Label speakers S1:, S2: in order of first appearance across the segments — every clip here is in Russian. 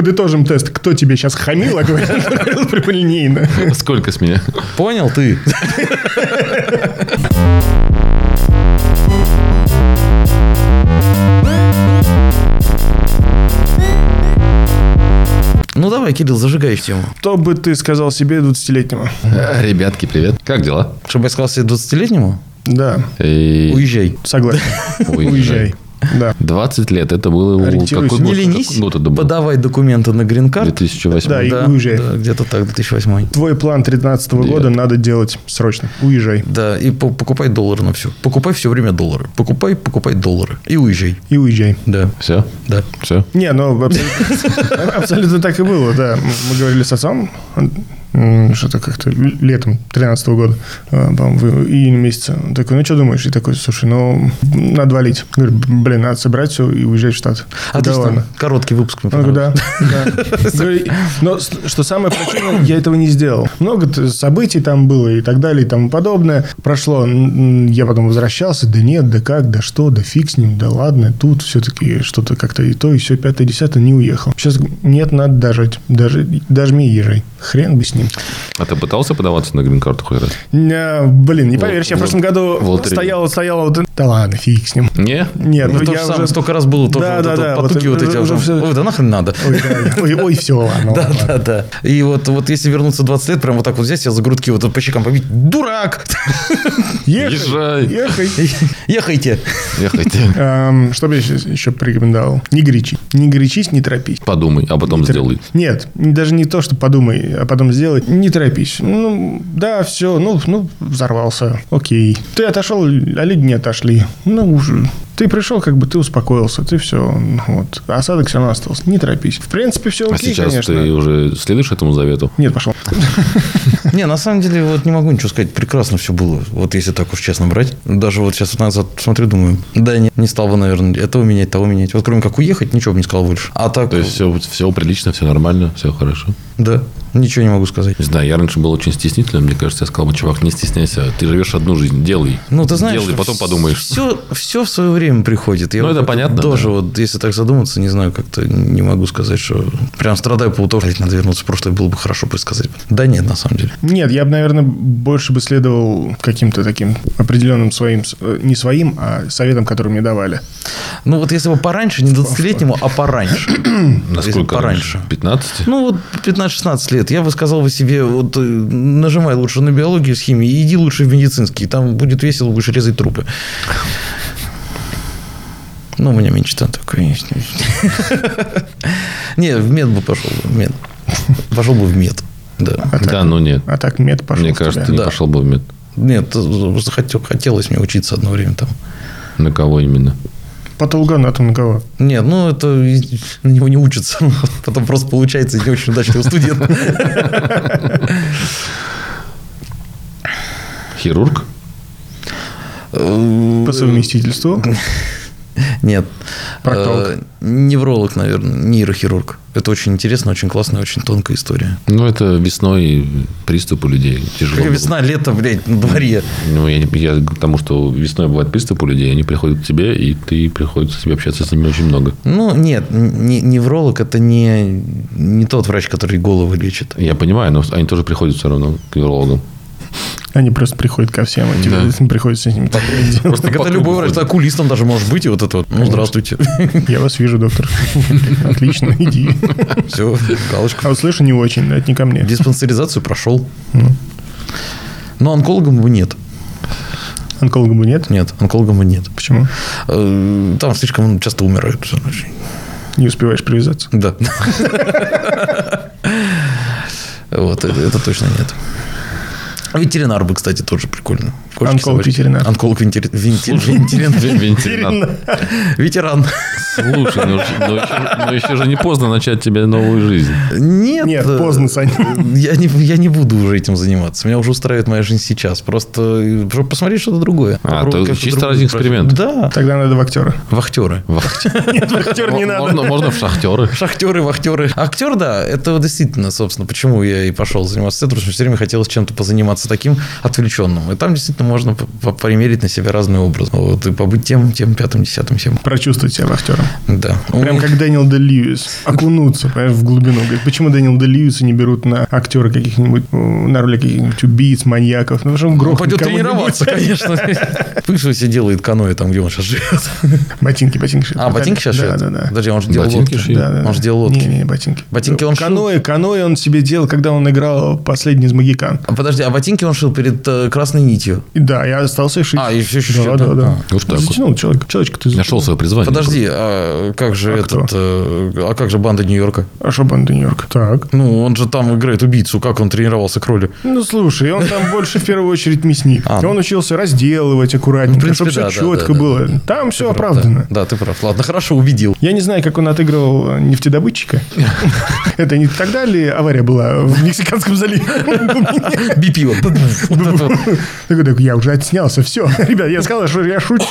S1: Подытожим тест. Кто тебе сейчас хамил, а кто говорил прямолинейно?
S2: Сколько с меня?
S3: Понял ты? Ну давай, Кирилл, зажигай в тему.
S1: Что бы ты сказал себе 20-летнему?
S2: А, Ребятки, привет. Как дела?
S3: Чтобы я сказал себе 20-летнему,
S1: Да,
S2: И-
S3: уезжай.
S1: согласен. Уезжай. Да.
S2: 20 лет, это было у-
S1: Ориентируйся.
S2: какой
S3: Не
S2: год?
S3: ленись,
S2: Какой год это был?
S3: подавай документы на грин-карт.
S2: 2008.
S1: Да, и уезжай.
S3: да, где-то так, 2008.
S1: Твой план 13 года надо делать срочно. Уезжай.
S3: Да, и по- покупай доллары на все. Покупай все время доллары. Покупай, покупай доллары. И уезжай.
S1: И уезжай.
S3: Да,
S2: Все?
S3: да.
S2: Все?
S1: Не, ну абсолютно, абсолютно так и было, да. Мы говорили с отцом, м, что-то как-то летом 13 года, э, по-моему, в июне месяце. Он такой, ну что думаешь? И такой, слушай, ну надо валить. Говорю, блин, надо собрать все и уезжать в Штат. да
S3: Отлично.
S1: ладно.
S3: А Короткий выпуск. мне
S1: Он такой, да,
S3: понравился.
S1: да. Говорю, Но с- что самое противное, я этого не сделал. Много т- событий там было и так далее и тому подобное. Прошло, м, м, я потом возвращался, да нет, да как, да что, да фиг с ним, да ладно, тут все-таки что-то как-то и то, и все, пятое, десятое, не уехал. Сейчас нет, надо дожить, даже, дожми и езжай. Хрен бы с ним.
S2: А ты пытался подаваться на грин-карту хоть раз?
S1: Не, блин, не поверишь, я в
S2: вот,
S1: прошлом году
S2: вот и-
S1: стоял, стоял, вот- да ладно, фиг с ним.
S2: Не?
S1: Нет,
S3: Ну,
S1: ну,
S3: то же
S1: я
S3: самое,
S1: уже...
S3: столько раз было тоже
S1: Да,
S3: вот
S1: да,
S3: это
S1: да,
S3: потуки
S1: вот
S3: вот эти. а
S1: уже
S3: потом,
S1: всё-
S3: Ой, да нахрен надо.
S1: Ой, да, Ой, ой, все, ладно.
S3: Да,
S1: ладно.
S3: да, да. И вот, вот если вернуться 20 лет, прям вот так вот взять себя за грудки, вот по щекам побить. Дурак!
S1: Ехай,
S2: Езжай.
S1: ехай.
S3: Ехайте.
S2: Я хотел.
S1: Эм, что бы я щас еще порекомендовал? Не горячись. Не горячись, не торопись.
S2: Подумай, а потом сделай.
S1: Нет, даже не то, что подумай, а потом сделай. Не торопись. Ну, да, все, ну, ну, взорвался. Окей. Ты отошел, а люди не отошли. Ну, уже. Ты пришел, как бы ты успокоился, ты все, вот. Осадок все равно остался. Не торопись. В принципе, все
S2: А
S1: окей,
S2: сейчас
S1: конечно.
S2: ты уже следуешь этому завету?
S1: Нет, пошел.
S3: Не, на самом деле, вот не могу ничего сказать. Прекрасно все было. Вот если так уж честно брать. Даже вот сейчас вот назад смотрю, думаю, да не, не стал бы, наверное, этого менять, того менять. Вот кроме как уехать, ничего бы не сказал больше. А так,
S2: То есть все, все прилично, все нормально, все хорошо.
S3: да, ничего не могу сказать.
S2: Не знаю, я раньше был очень стеснительным. Мне кажется, я сказал бы, чувак, не стесняйся. Ты живешь одну жизнь, делай.
S3: Ну, ты знаешь,
S2: Делай, потом подумаешь.
S3: Все, все в свое время приходит. Я
S2: Ну, это
S3: вот
S2: понятно,
S3: Тоже
S2: да.
S3: вот, если так задуматься, не знаю, как-то не могу сказать, что прям страдаю по поводу того, «Блин, надо вернуться в прошлое, было бы хорошо предсказать. Да нет, на самом деле.
S1: Нет, я бы, наверное, больше бы следовал каким-то таким определенным своим, с- э, не своим, а советам, которые мне давали.
S3: Ну, вот если бы пораньше, не 20-летнему, а пораньше. Если бы
S2: Насколько
S3: пораньше.
S2: 15?
S3: Ну, вот 15-16 лет. Я бы сказал бы себе, вот э, нажимай лучше на биологию с химией, и иди лучше в медицинский. Там будет весело, будешь резать трупы. Ну, у меня мечта такая есть. Не, в мед бы пошел. бы, В мед. Пошел бы в мед. Да.
S2: Да, ну нет.
S1: А так мед пошел.
S2: Мне
S1: в тебя.
S2: кажется, ты не
S3: Да.
S2: пошел бы в мед.
S3: Нет, просто хотел- хотелось мне учиться одно время там.
S2: На кого именно?
S1: Патологоанатом на кого?
S3: Нет, ну это и- на него не учатся. Потом просто получается и не очень удачливый студент.
S2: Хирург?
S1: По совместительству.
S3: Нет.
S1: Проктолог.
S3: Э, Невролог, наверное, нейрохирург. Это очень интересно, очень классная, очень тонкая история.
S2: Ну, это весной приступ у людей. Тяжело.
S3: Какая
S2: было.
S3: весна, лето, блядь, на дворе.
S2: Ну, я, не- я к тому, что весной бывает приступ у людей, они приходят к тебе, и ты приходится с тебе общаться с ними очень много.
S3: Ну, нет, н- не- невролог – это не, не тот врач, который головы лечит.
S2: Я понимаю, но они тоже приходят все равно к неврологам.
S1: Они просто приходят ко всем, а тебе приходится с ними поговорить.
S2: Просто
S3: Так это любой врач, это окулистом даже может быть, и вот это вот. Ну, здравствуйте.
S1: Я вас вижу, доктор. Отлично, иди.
S3: Все, галочка.
S1: А вот слышу не очень, да, это не ко мне.
S3: Диспансеризацию прошел. Но онкологом бы нет.
S1: Онколога бы нет?
S3: Нет, онкологом бы нет.
S1: Почему?
S3: Э, Там слишком часто умирают.
S1: Не успеваешь привязаться.
S3: Да. Вот, это, это точно нет. Ветеринар бы, кстати, тоже прикольно. Кошки, собачки.
S1: Онколог-ветеринар.
S3: Онколог вентери- венти- ветеринар.
S2: Вентеринат.
S3: Ветеран.
S2: Слушай, ну, ж- ну еще, ну еще же не поздно начать тебе новую жизнь.
S3: Нет.
S1: Нет,
S3: э,
S1: поздно, Саня.
S3: Я не, я не буду уже этим заниматься. Меня уже устраивает моя жизнь сейчас. Просто э, чтобы посмотреть что-то другое.
S2: А,
S3: Попробовать
S2: то
S3: как-то
S2: чисто
S3: другую
S2: ради эксперимента.
S3: профессию. Да.
S1: Тогда надо в актера.
S3: Вахтеры.
S2: В
S1: Нет, в актер не надо.
S2: Можно, можно в шахтеры.
S3: Шахтеры, вахтеры. Актер, да, это вот действительно, собственно, почему я и пошел заниматься театром, потому что все время хотелось чем-то позаниматься таким отвлеченным. И там действительно можно по- по- примерить на себя разные образы. Вот, и побыть тем, тем, пятым, десятым, всем.
S1: Прочувствовать себя в актером.
S3: Да. Ну,
S1: Прям как Дэниел Де Льюис. Окунуться, понимаешь, в глубину. Говорит, почему Дэниел Де Льюиса не берут на актера каких-нибудь, э, на роли каких-нибудь убийц, маньяков? Ну, потому что он
S3: Он
S1: грохнет
S3: пойдет
S1: кого-нибудь.
S3: тренироваться, конечно. Пусть он себе делает каноэ там, где он сейчас живет.
S1: Ботинки, ботинки шьет.
S3: А, ботинки сейчас
S1: Да,
S3: шьет?
S1: да, да.
S3: Подожди, а он же делал
S2: Ботинки
S3: лодки.
S2: шьет?
S1: Да, да,
S3: Он
S1: да.
S3: же делал лодки.
S1: Не, не, не, ботинки.
S3: Ботинки он шил?
S1: каноэ, каноэ он себе делал, когда он играл последний из Магикан.
S3: А подожди, а ботинки он шил перед э, красной нитью.
S1: И Да, я остался и шить.
S3: А, и еще- еще-
S1: Да,
S3: еще,
S1: да,
S3: да.
S1: да.
S2: А. Уж так вот.
S1: Затянул человека. Человечка ты затянул.
S2: Нашел свое призвание.
S3: Подожди, а как же
S1: А
S3: этот... э, А как же банда Нью-Йорка?
S1: А что банда Нью-Йорка? Так.
S3: Ну, он же там играет убийцу, как он тренировался к роли.
S1: Ну, слушай, он там больше в первую очередь мясник.
S3: А, Ну,
S1: И Он учился разделывать
S3: В
S1: аккуратненько,
S3: принципе,
S1: чтобы все
S3: да, да,
S1: четко
S3: да, да.
S1: было. Там все
S3: Прав,
S1: оправдано.
S3: Да, Да, ты прав. Ладно, хорошо, убедил.
S1: Я не знаю, как он отыгрывал э, нефтедобытчика. Это не тогда ли авария была в Мексиканском заливе?
S3: Бипи вот.
S1: Такой, такой, я уже отснялся, все. Ребят, я сказал, что я шучу.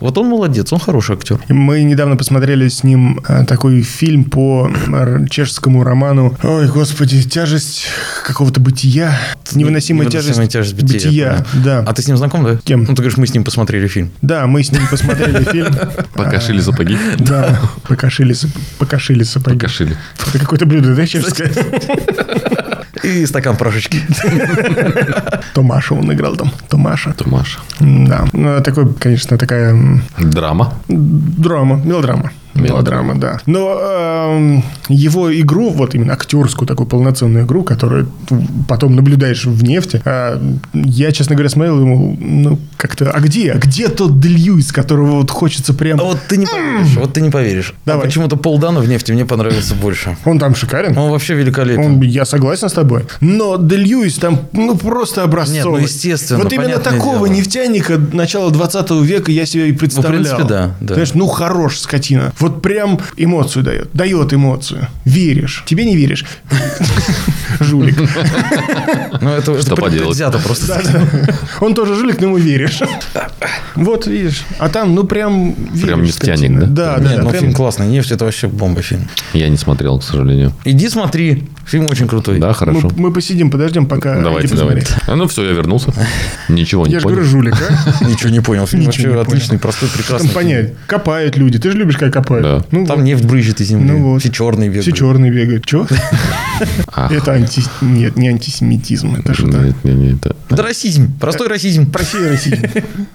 S3: Вот он молодец, он хороший актер.
S1: Мы недавно посмотрели с ним э, такой фильм по р- чешскому роману. Ой, господи, тяжесть какого-то бытия. Невыносимая,
S3: Невыносимая
S1: тяжесть,
S3: тяжесть бытия, я
S1: бытия. Да.
S3: А ты с ним знаком, да?
S1: Кем?
S3: Ну, ты говоришь, мы с ним посмотрели фильм.
S1: да, мы с ним посмотрели фильм.
S2: Покашили сапоги.
S1: Да, покошили, сап- покошили сапоги.
S2: Покашили.
S1: Это какое-то блюдо, да, чешское?
S3: И стакан порошечки.
S1: Томаша он играл там. Томаша.
S2: Тумаша.
S1: Да. Ну, такой, конечно, такая м,
S2: Драма.
S1: драма, мелодрама. Мелодрама, да. Но эм, его игру, вот именно актерскую такую полноценную игру, которую ты потом наблюдаешь в нефти, э, я, честно говоря, смотрел ему, ну, как-то, а где? А где тот Дельюис, которого вот хочется прям...
S3: А вот ты не поверишь, вот ты не поверишь. А
S1: Давай.
S3: Почему-то Пол Дана в нефти мне понравился больше.
S1: Он там шикарен.
S3: Он вообще великолепен.
S1: Он, я согласен с тобой. Но Де Льюис там, ну, просто образцовый.
S3: Нет, ну, естественно,
S1: Вот именно
S3: понятное
S1: такого
S3: дело. Ну,
S1: нефтяника начала 20 века я себе и представлял.
S3: принципе, да, да.
S1: Понимаешь, ну, хорош, скотина. Вот прям эмоцию дает. Дает эмоцию. Веришь. Тебе не веришь. Жулик.
S3: Ну, это,
S2: Что
S3: это
S2: поделать?
S3: предвзято просто.
S1: Он тоже жулик, но ему веришь. Вот, видишь. А там, ну, прям веришь.
S2: Прям нефтяник,
S1: скотина.
S2: да?
S1: Да, да,
S3: Нет,
S1: да.
S3: ну,
S1: прям
S3: фильм классный. Нефть – это вообще бомба фильм.
S2: Я не смотрел, к сожалению.
S3: Иди смотри. Фильм очень крутой.
S2: Да, хорошо.
S1: Мы мы посидим, подождем, пока...
S2: Давайте,
S1: иди
S2: давайте.
S1: посмотри.
S2: А, ну все, я вернулся. Ничего не
S1: э, Я же
S2: понял.
S1: говорю, жулик, а?
S3: Ничего не понял.
S1: Ничего
S3: Фильм
S1: не понял.
S3: вообще отличный, простой, прекрасный.
S1: Там понять. Копают люди. Ты же любишь, когда копают.
S2: Да.
S1: Ну,
S3: Там
S1: вот.
S3: нефть брызжет из земли.
S1: Ну вот.
S3: Все черные бегают.
S1: Все черные бегают. Че?
S2: Ах.
S1: Это анти... Нет, не антисемитизм. Это что-то...
S2: Нет, нет, нет, это
S3: Это расизм. Простой расизм.
S1: Россия, Россия.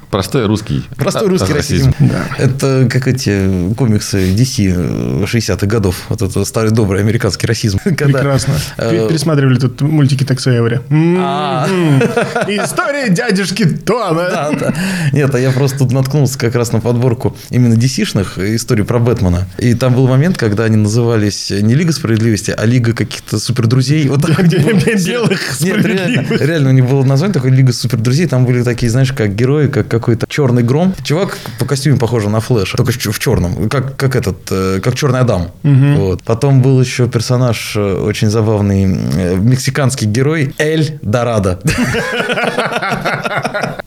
S2: Простой русский.
S3: Простой
S2: А,
S3: русский расизм.
S1: Да.
S3: Это как эти комиксы DC 60-х годов. Вот это старый добрый американский расизм. Когда-
S1: Прекрасно.
S3: э,
S1: Пе- Пересматривали тут мультики Текса Эври. М,
S3: А.
S1: м. М-м-м. История дядюшки
S3: Да,
S1: Тона.
S3: да. Нет, а я просто тут наткнулся как раз на подборку именно DC-шных историй про Бэтмена. И там был момент, когда они назывались не Лига Справедливости, а Лига каких-то супердрузей. Вот так
S1: где-
S3: было.
S1: где белых
S3: Нет, реально,
S1: справедливых.
S3: реально у них было название такое Лига супердрузей. Там были такие, знаешь, как герои, как какой-то черный гром. Чувак по костюме похож на Флэша, только в черном. Как, как этот, э, как черный Адам. Вот. Потом был еще персонаж э, очень забавный, э, мексиканский герой Эль Дорадо.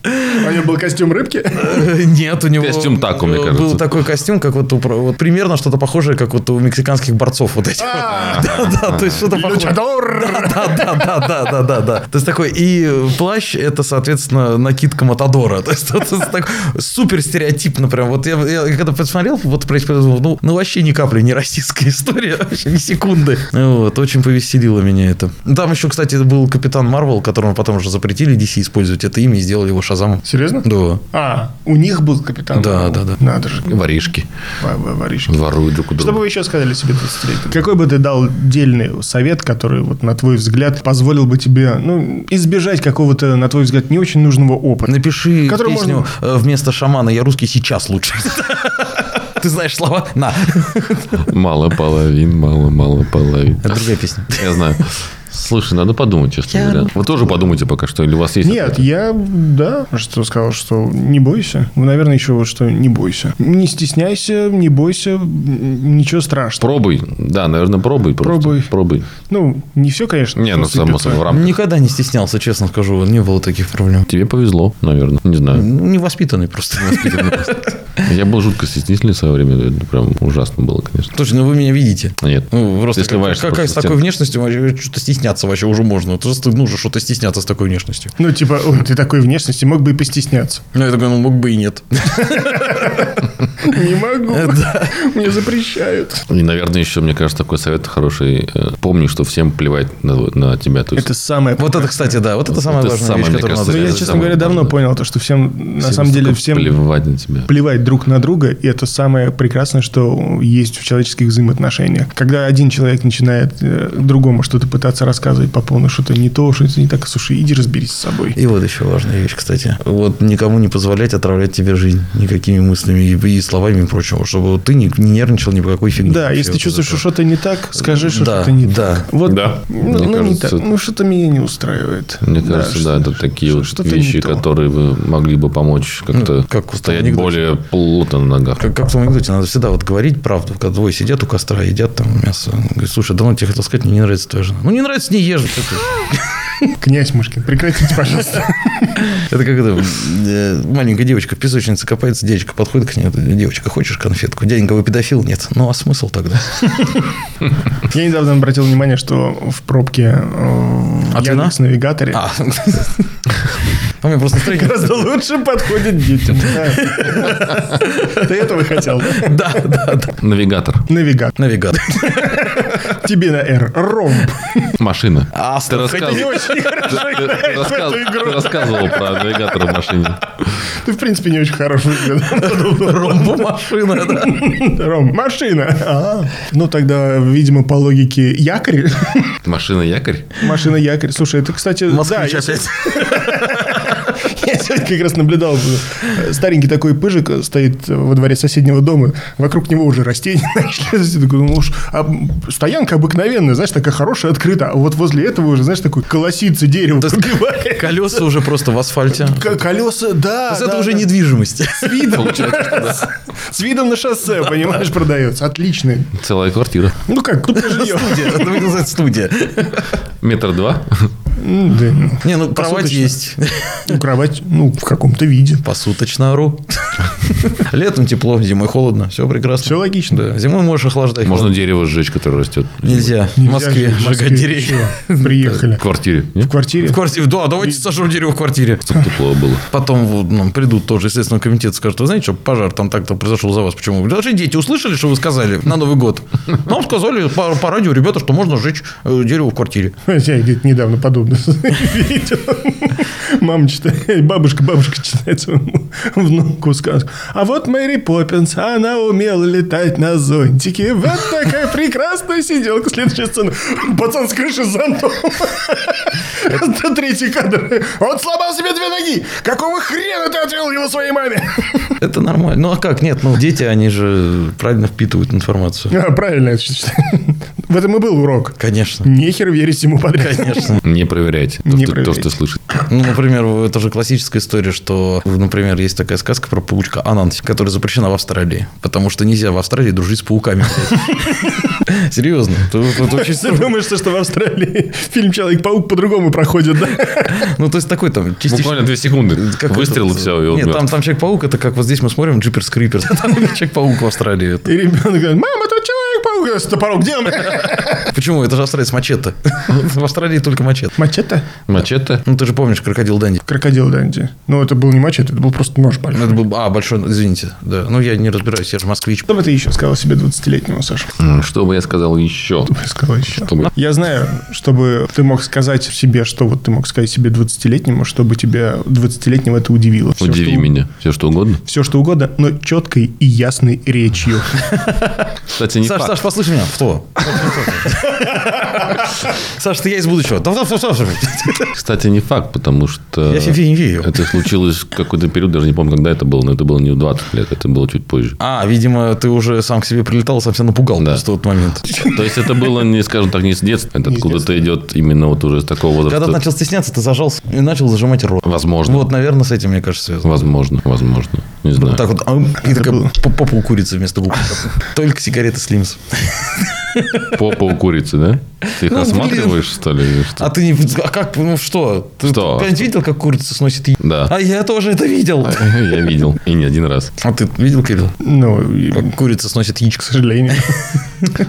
S1: А У него был костюм рыбки.
S3: Нет, у него...
S2: Костюм так, мне
S3: был
S2: кажется.
S3: такой костюм, как вот, у про- вот примерно что-то похожее, как вот у мексиканских борцов вот этих.
S1: А,
S3: Да-да, то есть что-то похожее.
S1: Лючадор.
S3: Да-да-да-да-да-да. То есть такой, и плащ, это, соответственно, накидка Матадора. То есть это так супер стереотипно прям. Вот я, я когда посмотрел, вот происходило, ну, ну вообще ни капли не российская история, вообще ни секунды. Вот, очень повеселило меня это. Там еще, кстати, был Капитан Марвел, которому потом уже запретили DC использовать это имя и сделали его Шазамом.
S1: Серьезно?
S3: Да.
S1: А, у них был капитан.
S3: Да, да, да.
S1: Надо же.
S2: Воришки.
S1: ва- ва- воришки.
S2: Воруют друг у
S1: Что бы
S2: друга.
S1: вы еще сказали себе 20 Какой бы ты дал дельный совет, который, вот, на твой взгляд, позволил бы тебе ну, избежать какого-то, на твой взгляд, не очень нужного опыта?
S3: Напиши
S1: Которую
S3: песню э, вместо шамана «Я русский сейчас лучше». Ты знаешь слова? На.
S2: Мало половин, мало-мало половин.
S3: Это другая песня.
S2: Я знаю. Слушай, надо подумать, честно говоря. Вы тоже подумайте пока что, или у вас есть...
S1: Нет,
S2: ответы?
S1: я, да, что сказал, что не бойся. Ну, Наверное, еще вот что, не бойся. Не стесняйся, не бойся, м, ничего страшного.
S2: Пробуй. Да, наверное, пробуй. просто.
S1: Пробуй.
S2: Пробуй.
S1: Ну, не все, конечно.
S2: Не, ну,
S1: просто а.
S2: само
S1: это-
S2: собой, в рамках.
S3: Никогда не стеснялся, честно скажу. Не было таких проблем.
S2: Тебе повезло, наверное. Не знаю.
S3: Невоспитанный просто.
S2: Я был жутко стеснительный в свое время. Это прям ужасно было, конечно.
S3: Слушай, ну вы меня видите.
S2: Нет.
S3: Ну, просто
S2: Ты сливаешься
S3: как, как
S2: просто
S3: с
S2: с тем.
S3: такой внешностью вообще что-то стесняться вообще уже можно. Вот Просто нужно что-то стесняться с такой внешностью.
S1: Ну, типа, ой, ты такой внешности мог бы и постесняться.
S3: Ну, я такой, ну, мог бы и нет.
S1: Не могу. Мне запрещают.
S2: И, наверное, еще, мне кажется, такой совет хороший. э, Помни, что всем плевать на, на тебя. То есть,
S1: Это самое...
S3: Вот это, кстати, да, вот это
S2: Вот
S3: самая
S2: это
S3: важная
S2: самое,
S3: вещь,
S2: мне
S3: которую
S2: кажется,
S1: Ну,
S3: надо...
S1: я,
S2: это
S1: честно
S2: самое
S1: говоря, давно
S2: главное.
S1: понял то, что всем, на
S2: всем
S1: самом деле,
S2: сука,
S1: всем
S2: плевать на тебя.
S1: плевать друг на друга, и это самое прекрасное, что есть в человеческих взаимоотношениях. Когда один человек начинает э, другому что-то пытаться рассказывать по поводу что-то не то, что это не так, слушай, иди разберись с собой.
S3: И вот еще важная вещь, кстати. Вот никому не позволять отравлять тебе жизнь никакими мыслями и, и словами и прочего, чтобы вот ты не, не нервничал ни по какой фигне.
S1: Да,
S3: Вообще
S1: если
S3: вот
S1: чувствуешь,
S3: это.
S1: что что-то не так, скажи, что
S3: Да,
S1: что-то не
S3: да.
S1: так. Вот,
S2: Да.
S1: Ну,
S2: Мне
S1: ну, не
S2: кажется,
S1: так.
S2: это-
S1: Ну, что-то меня не устраивает.
S2: Мне кажется, да, это такие вот
S1: что-то не
S2: вещи,
S1: то.
S2: которые вы могли бы помочь как-то
S3: Ну, как в том
S2: стоять
S3: анекдоте.
S2: более плотно на ногах.
S3: Как, как в том анекдоте, надо всегда вот говорить правду. Когда двое сидят у костра, едят там мясо. Он говорит, слушай, давно тебе хотел сказать, мне не нравится твоя жена. Ну, не нравится, не ешь. Что ты?
S1: Князь Мышкин, прекратите, пожалуйста.
S3: Это как это, э, маленькая девочка в песочнице копается, девочка подходит к ней, говорит, девочка, хочешь конфетку? Дяденька, вы педофил? Нет. Ну, а смысл тогда?
S1: Я недавно обратил внимание, что в пробке э, в
S3: От вина?
S1: Яндекс.Навигаторе
S3: А, у меня просто настроение...
S1: гораздо лучше подходит детям. Да. Ты этого хотел?
S3: Да, да, да.
S2: Навигатор.
S1: Навигатор.
S3: Навигатор.
S1: Тебе на «Р». Ромб.
S2: Машина.
S3: Астра.
S2: Ты рассказ-
S1: А, Не очень хорошо
S2: Ты
S1: играешь в эту
S2: рассказ- ты
S1: игру.
S2: рассказывал про навигатор в машине.
S1: Ты, в принципе, не очень хорош в игре.
S3: Ромбомашина, да.
S1: Ром, машина. А. Ну, тогда, видимо, по логике якорь.
S2: Машина якорь?
S1: Машина якорь. Слушай, это, кстати, да,
S3: Москвич
S1: я
S3: опять.
S1: Я сегодня как раз наблюдал, э, старенький такой пыжик стоит во дворе соседнего дома, вокруг него уже растения начали. расти. Я такой, ну уж, а, стоянка обыкновенная, знаешь, такая хорошая, открыта. А вот возле этого уже, знаешь, такой колосится дерево.
S3: То есть
S1: пробивает.
S3: Колеса уже просто в асфальте. То
S1: К- Колеса, да.
S3: есть
S1: да,
S3: это уже
S1: да.
S3: недвижимость.
S1: с видом. С видом на шоссе, понимаешь, продается. Отлично.
S2: Целая квартира.
S1: Ну как, тут жилье.
S3: Студия. Это называется студия.
S2: Метр два.
S1: М, да, ну,
S3: Не, ну кровать
S1: Посуточно.
S3: есть.
S1: Ну, кровать, ну, в каком-то виде.
S3: Посуточно ору. Летом тепло, зимой холодно. Все прекрасно.
S1: Все логично.
S3: Да, зимой можешь охлаждать.
S2: Можно дерево сжечь, которое растет.
S3: Нельзя. В
S1: Нельзя
S3: Москве
S1: же в Москве,
S3: сжигать деревья.
S1: ты чё, Приехали.
S2: В квартире.
S1: В
S2: Нет?
S1: квартире?
S3: В квартире. Да, давайте сожжем дерево в квартире.
S2: Чтоб тепло было.
S3: Потом вот нам придут тоже, естественно, комитет скажут, вы знаете, что пожар там так-то произошел за вас. Почему? Даже дети услышали, что вы сказали на Новый год. Нам сказали по, по радио, ребята, что можно сжечь э, дерево в квартире.
S1: Я где-то недавно подобное видел. Мама читает, бабушка, бабушка читает своему внуку сказку. А вот Мэри Поппинс, она умела летать на зонтике. Вот такая прекрасная сиделка. Следующая сцена. Пацан с крыши с зонтом. Это третий кадр. Он сломал себе две ноги. Какого хрена ты отвел его своей маме?
S3: Это нормально. Ну а как? Нет, ну дети, они же правильно впитывают информацию.
S1: А, Правильно я считаю. В этом и был урок.
S3: Конечно.
S1: Нехер верить всему подряд.
S3: Конечно.
S2: Не проверяйте то,
S1: Не
S2: что, то,
S1: проверяйте.
S2: что слышите.
S3: Ну, например, это же классическая история, что, например, есть такая сказка про паучка Ананси, которая запрещена в Австралии, потому что нельзя в Австралии дружить с пауками. Серьезно. Это вот- это
S1: Ты
S3: очень строго.
S1: думаешь, что в Австралии фильм «Человек-паук» по-другому проходит, да?
S3: Ну, то есть такой там
S2: Буквально
S3: частично...
S2: две секунды.
S3: Как
S2: Выстрел и
S3: это-
S2: все, и он
S3: Нет,
S2: мертв.
S3: там, там Человек-паук, это как вот здесь мы смотрим Джиперс Криперс, а там Человек-паук в Австралии.
S1: И ребенок говорит, мама, тут Человек-паук с топором, где он?
S3: Почему? Это же Австралия с мачете. В Австралии только мачете.
S1: Мачете?
S2: Мачете?
S3: Ну, ты же помнишь крокодил Данди.
S1: Крокодил Данди. Ну, это был не мачете, это был просто нож
S3: Ну,
S1: большой.
S3: Это был, а, большой, извините, да. Ну, я не разбираюсь, я же москвич.
S1: Что бы ты еще сказал себе 20-летнему, Саша?
S2: М, Что бы я сказал еще?
S1: Что бы я сказал еще?
S2: Чтобы-
S1: Я знаю, чтобы ты мог сказать себе, что вот ты мог сказать себе 20-летнему, чтобы тебя 20-летнего это удивило. Всё,
S2: Удиви
S1: что-
S2: меня. Все, что угодно.
S1: Все, что угодно, но четкой и ясной речью.
S2: Кстати, не
S3: Саш,
S2: факт.
S3: Саш, послушай меня. Кто? Саш, ты я из будущего. Да, да, да, да, да.
S2: Кстати, не факт, потому что...
S3: Я фифи не верю.
S2: Это случилось в какой-то период, даже не помню, когда это было, но это было не в 20 лет, это было чуть позже.
S3: А, видимо, ты уже сам к себе прилетал, сам себя напугал
S2: Да.
S3: да. в тот момент.
S2: То есть это было, не скажем так, не с детства, это
S1: Не с
S2: откуда-то идет именно вот уже с такого возраста.
S3: Когда ты начал стесняться, ты зажался и начал зажимать рот.
S2: Возможно.
S3: Вот, наверное, с этим, мне кажется, связано.
S2: Возможно, возможно. Не знаю.
S3: Так вот, ам, и такая по- попа у курицы вместо губ. Только сигареты Слимс.
S2: Попа у курицы, да? Ты их
S3: Ну, блин.
S2: рассматриваешь, что ли? или что?
S3: А ты не... А как? Ну что? Ты
S2: Что?
S3: когда-нибудь видел, как курица сносит е-
S2: Да.
S3: А я тоже это видел.
S2: Я видел. И не один раз.
S3: А ты видел, Кирилл?
S1: Ну, и, к
S3: Как курица сносит яичко.
S1: сожалению.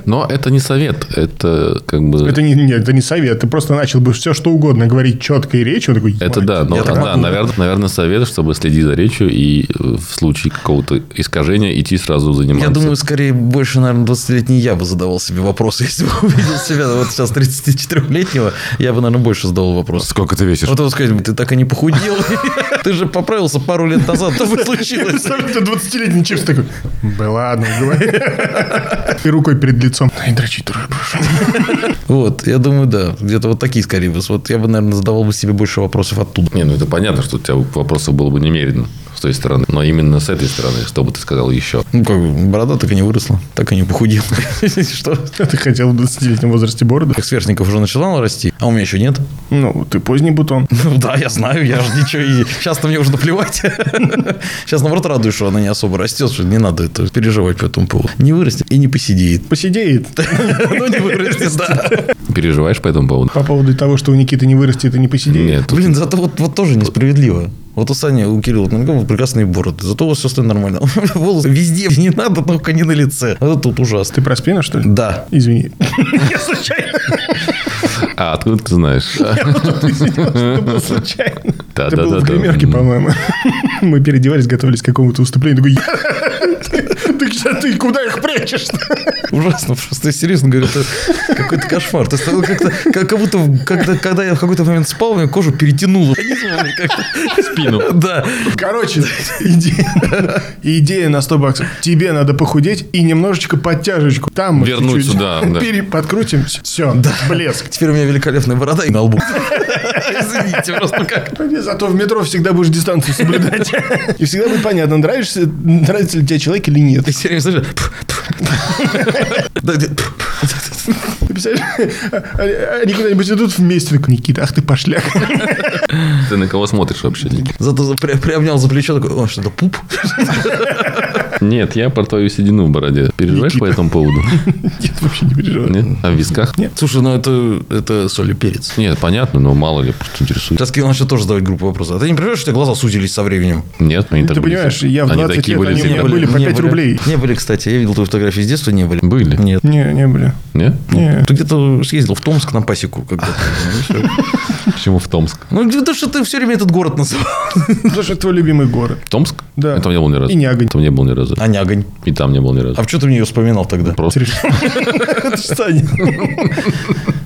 S2: Но это не совет. Это как бы...
S1: Это не, нет, это не совет. Ты просто начал бы все что угодно говорить четкой речью. Он такой,
S2: Это
S1: «Мать,
S2: да, но
S1: я так
S2: да,
S1: могу».
S2: наверное, наверное, совет, чтобы следить за речью и э, в случае какого-то искажения идти сразу заниматься.
S3: Я думаю, скорее, больше, наверное, 20-летний я бы задавал себе вопросы, если бы увидел себя вот сейчас 34-летнего, я бы, наверное, больше задавал вопросы.
S4: А Сколько ты весишь?
S3: Вот он сказать, ты так и не похудел. Ты же поправился пару лет назад, что бы случилось?
S1: Представляю, ты 20-летний чипс такой. Да ладно, говори. И рукой перед лицом. «Ай, дрочить тоже прошу.
S3: Вот, я думаю, да, где-то вот такие скорее. бы. Вот я бы, наверное, задавал бы себе больше вопросов оттуда.
S2: Не, ну это понятно, что у тебя вопросов было бы немерено с той стороны. Но именно с этой стороны, что бы ты сказал еще?
S3: Ну, как бы, борода так и не выросла, так и не похудел. Что?
S1: Ты хотел в 20-летнем возрасте бороду?
S3: Как сверстников уже начала расти, а у меня еще нет.
S1: Ну, ты поздний бутон.
S3: Ну да, я знаю, я же ничего и сейчас-то мне уже наплевать. Сейчас, наоборот, радуюсь, что она не особо растет, что не надо это переживать по этому поводу. Не вырастет и не посидеет.
S1: Посидеет.
S3: Ну, не вырастет, да.
S2: Переживаешь по этому поводу?
S1: По поводу того, что у Никиты не вырастет и не посидеет.
S2: Нет. тут-
S3: Блин, зато вот, вот тоже несправедливо. Вот у Сани, у Кирилла, ну, как бы прекрасные бороды. Зато у вас все остальное нормально. У меня волосы везде не надо, только не на лице. А тут ужасно.
S1: Ты про спину, что ли?
S3: Да.
S1: Извини. Я случайно.
S2: А откуда ты знаешь?
S1: Я тут извинился, это было случайно.
S2: Да,
S1: Это
S2: да,
S1: было
S2: да,
S1: в
S2: да.
S1: гримерке,
S2: Мгм.
S1: по-моему. Мы переодевались, готовились к какому-то выступлению. Такой, «Я- ты- ты что, ты куда их прячешь?
S3: Ужасно, просто я серьезно говорю, это какой-то кошмар. То есть, это как-то, как, как будто, когда, когда я в какой-то момент спал, у меня кожу перетянуло. Спину. Да.
S1: Короче, идея, идея на 100 баксов. Тебе надо похудеть и немножечко подтяжечку. Там мы
S2: Вернуть
S1: чуть-чуть
S2: сюда, да.
S1: Переподкрутим. Все, блеск.
S3: Теперь у меня великолепная борода и на лбу. Извините, просто как.
S1: Ну, Зато в метро всегда будешь дистанцию соблюдать. И всегда будет понятно, нравишься, нравится ли тебе человек или нет.
S3: Ты серьезно? слышишь? Пф, пф. Да, да, пф.
S1: Ты представляешь, они куда-нибудь идут вместе. Такой, Никита, ах ты пошляк.
S2: Ты на кого смотришь вообще?
S3: Зато за- при- приобнял за плечо, такой, о, что-то пуп.
S2: Нет, я про твою седину в бороде. Переживаешь по этому поводу?
S1: Нет, вообще не переживай.
S2: Нет? А в висках? Нет.
S3: Слушай, ну это, это соль и перец.
S2: Нет, понятно, но мало ли, просто интересует.
S3: Сейчас Кирилл начал тоже задавать группу вопросов. А ты не понимаешь, что у тебя глаза сузились со временем?
S2: Нет, они
S1: Ну,
S2: так
S1: Ты
S2: были
S1: понимаешь,
S2: всегда.
S1: я в
S2: Они
S1: 20
S2: такие
S1: лет,
S2: были
S1: они у меня
S2: всегда.
S1: Типа, были. по пять рублей.
S3: Не были, кстати. Я видел твою фотографию с детства, не были.
S2: Были.
S3: Нет.
S1: Не, не были.
S2: Нет?
S1: Не.
S3: Ты где-то съездил в Томск на пасеку когда-то.
S2: Почему в Томск?
S3: Ну, то, что ты все время этот город называл.
S1: Потому что это твой любимый город.
S2: Томск?
S1: Да.
S2: Я там не был ни разу.
S1: И Нягань.
S2: Там не был ни разу.
S3: Анягонь.
S2: И там не был ни разу.
S3: А что ты мне ее вспоминал
S1: А,
S3: тогда?
S2: Просто
S1: Это ж Саня.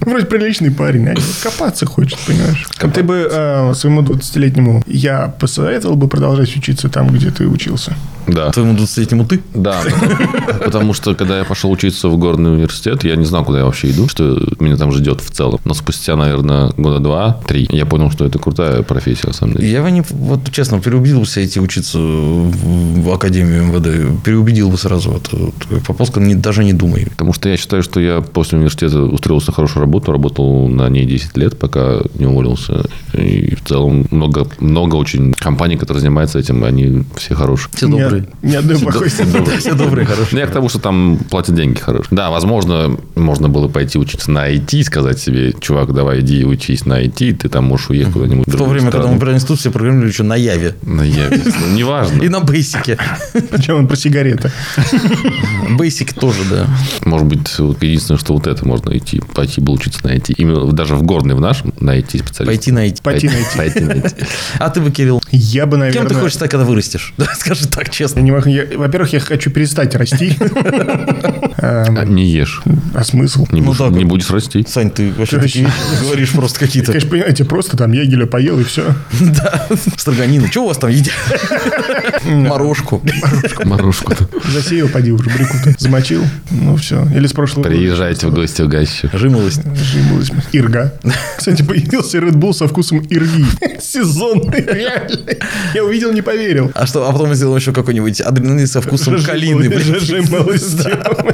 S1: Вроде приличный парень, а не копаться хочет, понимаешь? Ты бы э, своему 20-летнему я посоветовал бы продолжать учиться там, где ты учился.
S2: Да.
S3: Твоему 20-летнему ты?
S2: Да, потому- потому что, когда я пошел учиться в горный университет, я не знал, куда я вообще иду, что меня там ждет в целом. Но спустя, наверное, года два-три, я понял, что это крутая профессия, на самом деле.
S3: Я бы не, вот честно, переубедил бы себя идти учиться в в Академию МВД. Переубедил бы сразу. Вот, вот, по Поскам не, даже не думай.
S2: Потому что я считаю, что я после университета устроился на хорошую работу, работал на ней 10 лет, пока не уволился. И в целом много, много очень компаний, которые занимаются этим, они все хорошие.
S3: Все
S1: Ни-
S3: добрые.
S1: Ни одной плохой
S3: Да, Все добрые,
S2: Ну,
S3: хорошие.
S2: я к тому, что там платят деньги хорошие. Да, возможно, можно было пойти учиться на IT, сказать себе, чувак, давай иди учись на IT, ты там можешь уехать куда-нибудь.
S3: В то время, когда мы про институт, все программировали еще на Яве.
S2: Ну, я объясню.
S3: И
S2: Неважно.
S3: на Бейсике.
S1: Причем он про сигареты.
S3: Бейсик тоже, да.
S2: Может быть, вот единственное, что вот это можно идти, пойти было учиться на IT. Именно даже в Горный в нашем на IT специалист.
S3: Пойти на IT.
S1: Пойти на IT.
S2: Пойти на IT.
S3: А ты бы, Кирилл,
S1: Я бы, наверное...
S3: кем ты хочешь стать, когда вырастешь? Да, скажи так
S1: Я
S3: честно.
S1: не могу- я- Во-первых, я хочу перестать расти. Эм,
S2: А, Не ешь.
S1: А смысл?
S2: Не
S3: Ну,
S2: будешь,
S3: так
S2: не
S3: вот.
S2: будешь расти.
S3: Сань, ты вообще
S1: Ты
S3: такие вещи говоришь просто какие-то.
S1: Конечно, понимаете, просто там ягеля поел и все.
S3: Да. Строганина. Что у вас там едят? Морожку.
S2: Морожку-то.
S1: Засеял, поди уже, брюку-то. Замочил, ну все. Или с прошлого года.
S2: Приезжайте в гости в Гащу.
S3: Жимолость.
S1: Жимолость. Ирга. Кстати, появился Red Bull со вкусом ирги. Сезонный, реально. Я увидел, не поверил.
S3: А что, а потом мы сделаем еще какой-нибудь адреналин со вкусом калины. блин.
S1: Жимолость.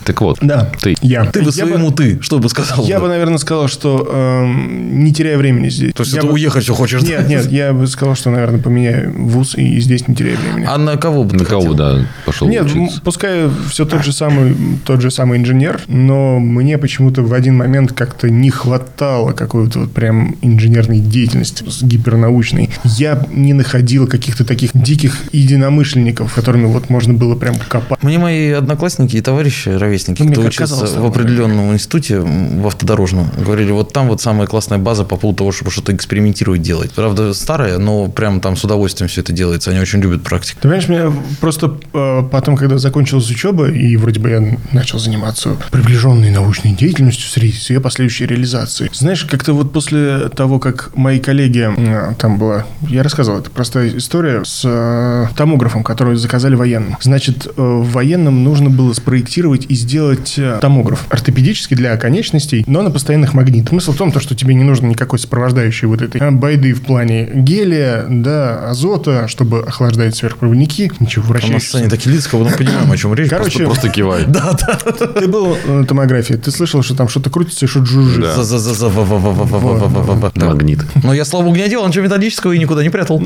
S2: Так вот.
S1: Да.
S2: Ты.
S1: Я.
S3: Ты
S1: Я
S3: бы своему ты, что бы сказал?
S1: Я
S3: бы?
S1: бы, наверное, сказал, что эм, не теряя времени здесь.
S3: То есть
S1: Я
S3: ты
S1: бы-
S3: уехать все хочешь? да?
S1: Нет, нет, я бы сказал, что, наверное, поменяю вуз и здесь не теряю времени.
S3: А на кого бы ты
S2: На кого,
S3: хотел?
S2: да, пошел
S1: Нет,
S3: ну,
S1: м,
S2: учиться?
S1: пускай все тот же самый, тот же самый инженер, но мне почему-то в один момент как-то не хватало какой-то вот прям инженерной деятельности с- гипернаучной. Я не находил каких-то таких диких единомышленников, которыми вот можно было прям копать.
S3: Мне мои одноклассники и товарищи, ровесники,
S1: Ну, мне
S3: кто
S1: как
S3: учился
S1: казалось,
S3: в определенном институте, м, в автодорожном, говорили, вот там вот самая классная база по поводу того, чтобы что-то экспериментировать делать. Правда, старая, но прям там с удовольствием все это делается. Они очень любят практику.
S1: Ты понимаешь, меня просто э, потом, когда закончилась учеба, и вроде бы я начал заниматься приближенной научной деятельностью среди ее последующей реализации. Знаешь, как-то вот после того, как мои коллеги э, там была, я рассказывал, это простая история с э, томографом, который заказали военным. Значит, э, военным нужно было спроектировать и сделать э, томограф ортопедический для конечностей, но на постоянных магнитах. Смысл в том, то, что тебе не нужно никакой сопровождающей вот этой э, байды в плане гелия, да, азота, чтобы охлаждать сверхпроводники. Ничего,
S3: Там на
S1: вращаешься.
S3: сцене такие лица, кого мы понимаем, о чем речь.
S1: Короче,
S2: Просто кивай.
S3: Да, да.
S1: ты был на томографии, Э, ты слышал, что там что-то крутится и что-то жужжит.
S2: Да.
S3: За- за- за- за- во- во- во- во- во- во- во- во- во- во.
S2: Магнит.
S3: Но я, слава богу, не делал ничего металлического и никуда не прятал.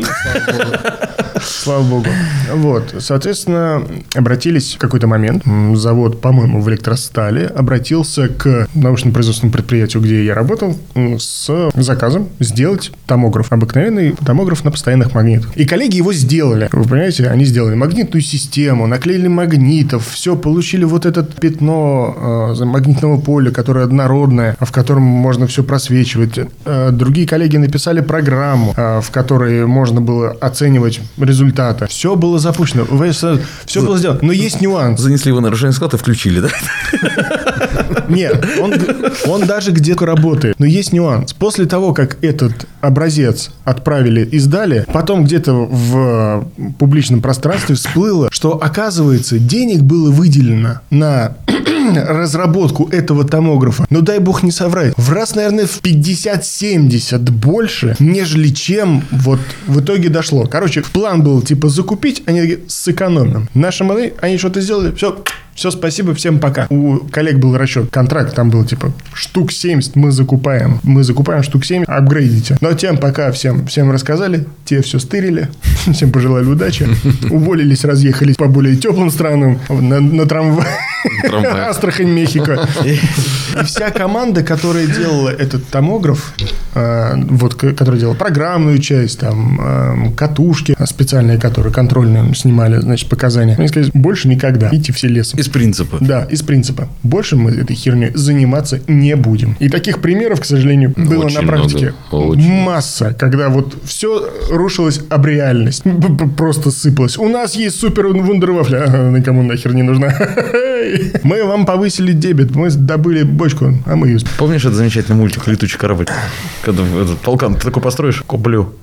S1: Слава богу. Вот, соответственно, обратились в какой-то момент. М, Завод, по-моему, в электростале обратился к научно-производственному предприятию, где я работал, м, с заказом сделать томограф. Обыкновенный томограф на постоянных магнитах. И коллеги его сделали. Вы понимаете, они сделали магнитную систему, наклеили магнитов, все, получили вот это пятно э, за- магнитного поля, которое однородное, в котором можно все просвечивать. Э, другие коллеги написали программу, э, в которой можно было оценивать результаты. Все было запущено. Все было сделано. Но есть нюанс.
S3: Занесли его на решение склад и включили, да?
S1: Нет, он, он даже где-то работает. Но есть нюанс. После того, как этот образец отправили и сдали, потом где-то в э, публичном пространстве всплыло, что, оказывается, денег было выделено на разработку этого томографа. Ну, дай бог не соврать. В раз, наверное, в 50-70 больше, нежели чем вот в итоге дошло. Короче, план был, типа, закупить, они такие, сэкономим. Наши моды, они что-то сделали, все, все, спасибо, всем пока. У коллег был расчет, контракт там был типа штук 70 мы закупаем. Мы закупаем штук 70, апгрейдите. Но тем пока всем, всем рассказали, те все стырили, всем пожелали удачи, уволились, разъехались по более теплым странам, на, на трамвае.
S2: Трамвай.
S1: Астрахань, Мехико. И вся команда, которая делала этот томограф, э, вот, к- которая делала программную часть, там, э, катушки специальные, которые контрольные снимали, значит, показания, они сказали, больше никогда, идите все лесом.
S3: Из принципа.
S1: Да, из принципа. Больше мы этой херней заниматься не будем. И таких примеров, к сожалению, было
S2: Очень
S1: на практике
S2: много. Очень.
S1: масса, когда вот все рушилось об реальность. Б- б- Просто сыпалось. У нас есть супер вундервафля. Ага, она Никому нахер не нужна. Мы вам повысили дебет, мы добыли бочку, а мы ее... сп-
S3: Помнишь этот замечательный мультик «Летучий корабль»? Когда этот полкан ты такой построишь, коплю.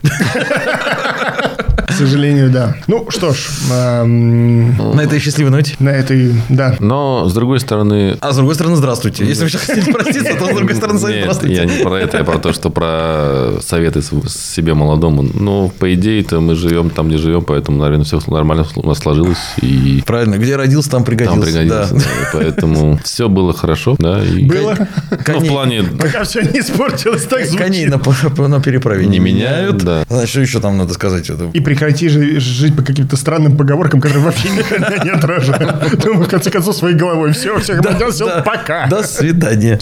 S1: К сожалению, да. Ну, что ж, эм,
S3: На этой счастливой ноте.
S1: на этой, да.
S2: Но, с другой стороны...
S3: А с другой стороны, здравствуйте. Если вы сейчас хотите проститься, то с другой стороны, совет
S2: Нет,
S3: здравствуйте.
S2: я не про это, я про то, что про советы с- себе молодому. Ну, по идее-то мы живем там, где живем, поэтому, наверное, все нормально у нас сложилось. И
S3: Правильно, где родился, там пригодился.
S2: там пригодилось.
S3: Да.
S2: да, и Поэтому все было хорошо, да. и-
S1: Было.
S2: Ну, в
S3: Коней-
S2: плане
S1: Пока все не испортилось, так
S3: Коней
S1: звучит.
S3: на, п- на переправе
S2: не меняют, да.
S3: Значит, что еще там надо сказать? Это-
S1: И прекрати жи- жить по каким-то странным поговоркам, которые вообще никогда не отражают. Думаю, в конце концов, своей головой. Все, всех обойдем, все,
S3: Да.
S1: пока.
S3: До свидания.